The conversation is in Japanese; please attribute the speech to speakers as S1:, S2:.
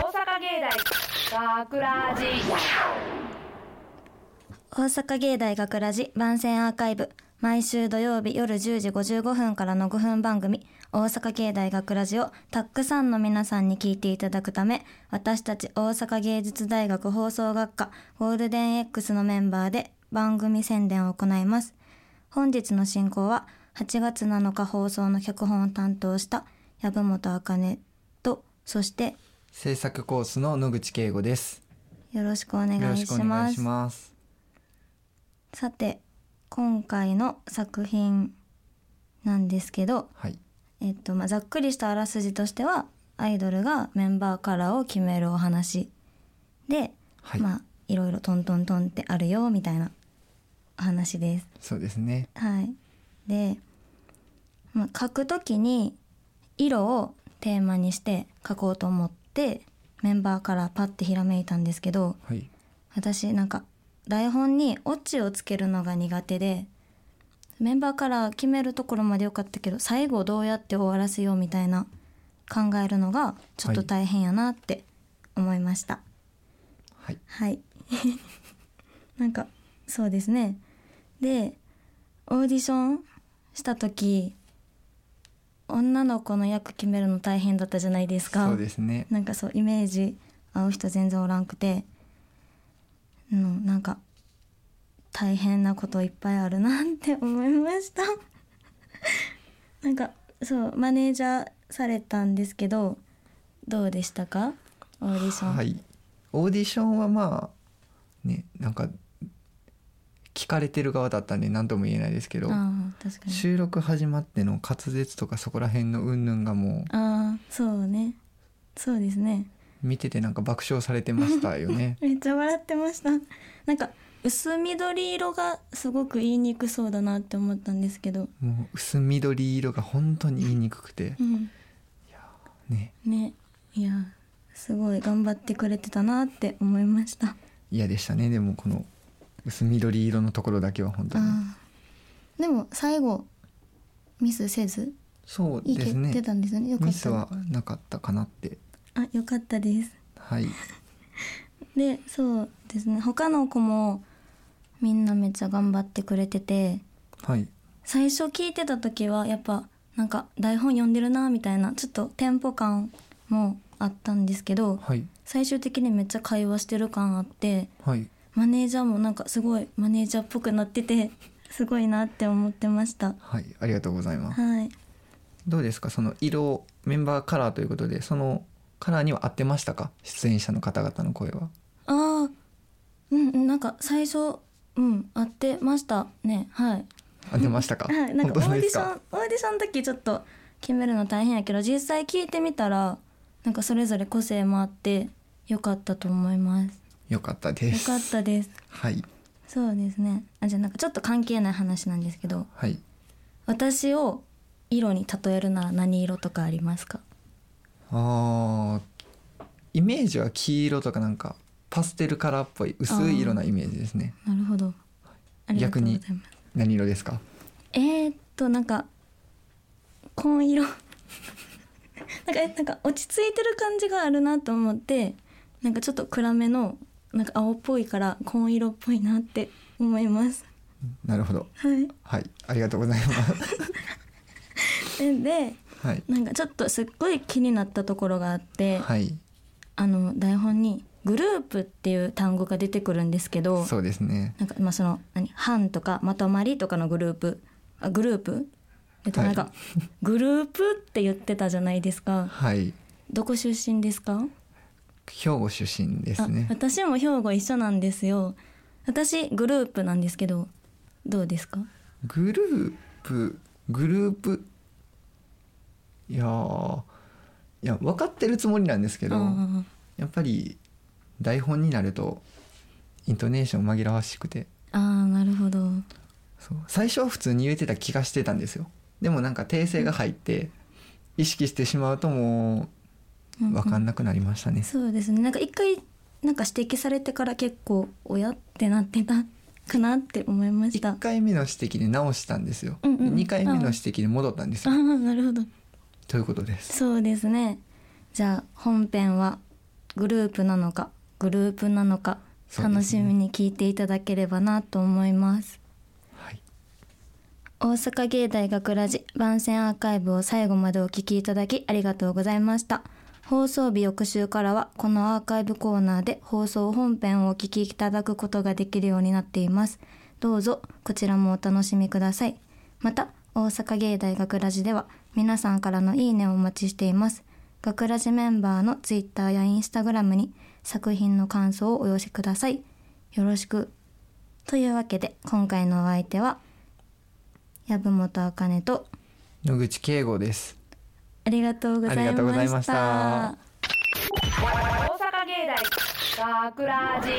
S1: 大学ラジ
S2: 大阪芸大学ラジ番宣アーカイブ毎週土曜日夜10時55分からの5分番組「大阪芸大学ラジをたくさんの皆さんに聞いていただくため私たち大阪芸術大学放送学科ゴールデン X のメンバーで番組宣伝を行います本日の進行は8月7日放送の脚本を担当した籔本茜とそして
S3: 制作コースの野口圭吾です。
S2: よろしくお願
S3: よろ
S2: い
S3: し
S2: し
S3: くお願
S2: ま
S3: いし
S2: す
S3: ます。
S2: さて今回の作品なんですけど、
S3: はい。
S2: えっとまあ、ざっくりしたあらすじとしてはアイドルがメンバーカラーを決めるお話で、
S3: はい
S2: まあいろいろトントントンってあるよみたいなお話です。
S3: そうですね。
S2: はい、で、まあ、書くときに色をテーマにして書こうと思ってメンバーカラーパッてひらめいたんですけど、
S3: はい。
S2: 私なんか台本にオチをつけるのが苦手でメンバーから決めるところまでよかったけど最後どうやって終わらせようみたいな考えるのがちょっと大変やなって思いました
S3: はい。
S2: はい、 なんかそうですねでオーディションした時女の子の役決めるの大変だったじゃないですか
S3: そうですね。
S2: なんかそうイメージ合う人全然おらんくて、うん、なんか大変なこといっぱいあるなって思いました なんかそうマネージャーされたんですけどどうでしたかオーディション、
S3: はい。オーディションはまあねなんか聞かれてる側だったんで何とも言えないですけど、
S2: ああ確かに
S3: 収録始まっての滑舌とかそこら辺の云々がも
S2: ああそうねそうですね。
S3: う見ててなんか爆笑されてましたよね
S2: めっちゃ笑ってましたなんか薄緑色がすごく言いにくそうだなって思ったんですけど
S3: もう薄緑色が本当に言いにくくて
S2: うん
S3: ね
S2: ねいやすごい頑張ってくれてたなって思いました
S3: 嫌でしたねでもこの薄緑色のところだけは本当に。
S2: あーでも最後ミスせず
S3: そう
S2: いい
S3: です
S2: 決
S3: ね
S2: 出たんですよねよか
S3: ミ
S2: っ
S3: ス
S2: た
S3: はなかったかなって
S2: あよかったです
S3: はい
S2: でそうですね他の子もみんなめっちゃ頑張ってくれてて
S3: はい
S2: 最初聞いてた時はやっぱなんか台本読んでるなみたいなちょっとテンポ感もあったんですけど
S3: はい
S2: 最終的にめっちゃ会話してる感あって
S3: はい
S2: マネージャーもなんかすごいマネージャーっぽくなってて すごいなって思ってました
S3: はいありがとうございます
S2: はい
S3: どうですかその色メンバーカラーということでそのカラーには合ってましたか出演者の方々の声は
S2: あーうんうんなんか最初うん合ってましたねはい
S3: 合ってましたか
S2: はいなんかオ
S3: 本当
S2: ーデ
S3: で
S2: ィ
S3: す
S2: ション
S3: か
S2: オーディションの時ちょっと決めるの大変やけど実際聞いてみたらなんかそれぞれ個性もあってよかったと思います
S3: よかったで
S2: よ
S3: す
S2: かったです
S3: はい
S2: そうですねあじゃあなんかちょっと関係ない話なんですけど
S3: はい
S2: 私を色に例えるなら何色とかありますか
S3: あーイメージは黄色とかなんかパステルカラーっぽい薄い色なイメージですね
S2: なるほど。ありがとうございます。
S3: 何色ですか
S2: えー、っとなんか紺色 なんかえなんか落ち着いてる感じがあるなと思ってなんかちょっと暗めのなんか青っぽいから紺色っぽいなって思います。
S3: なるほど
S2: はい。
S3: はいありがとうございます
S2: でで
S3: はい
S2: なんかちょっとすっごい気になったところがあって、
S3: はい
S2: あの台本にグループっていう単語が出てくるんですけど。
S3: そうですね
S2: なんかまあその何班とかまとまりとかのグループあグループえっと
S3: は
S2: な
S3: い
S2: んか、グループって言ってたじゃないですか
S3: はい
S2: どこ出身ですか
S3: 兵庫出身です
S2: あ
S3: ね
S2: 私も兵庫一緒なんですよ私グループなんですけどどうですか
S3: グループグループいやーいや分かってるつもりなんですけど
S2: あ
S3: やっぱり台本になるとイントネーション紛らわしくて
S2: ーあーなるほど
S3: そう最初は普通に言えてた気がしてたんですよでもなんか訂正が入って意識してしまうともう分かんなくなりましたね、
S2: そうですねなんか一回なんか指摘されてから結構おやってなってたかなって思いました
S3: 1回目の指摘で直したんですよ、
S2: うんうんうん
S3: 2回目の指摘で戻ったんです
S2: ああ
S3: よ
S2: ーなるほど
S3: ということです
S2: そうですね。じゃあ本編はグループなのかグループなのか
S3: そうですね
S2: 楽しみに聞いていただければなと思います
S3: はい、
S2: 大阪芸大学ラジ番宣アーカイブを最後までお聞きいただきありがとうございました放送日翌週からはこのアーカイブコーナーで放送本編をお聞きいただくことができるようになっていますどうぞこちらもお楽しみくださいまた大阪芸大学ラジでは皆さんからのいいねをお待ちしています学ラジメンバーのツイッターやインスタグラムに作品の感想をお寄せくださいよろしくというわけで今回のお相手は籔本茜と
S3: 野口圭吾です
S2: ありがとうござ
S3: あり
S2: い
S3: がとうござい
S2: ま
S3: ま
S2: し
S3: したた。
S1: 大阪芸大学ラジ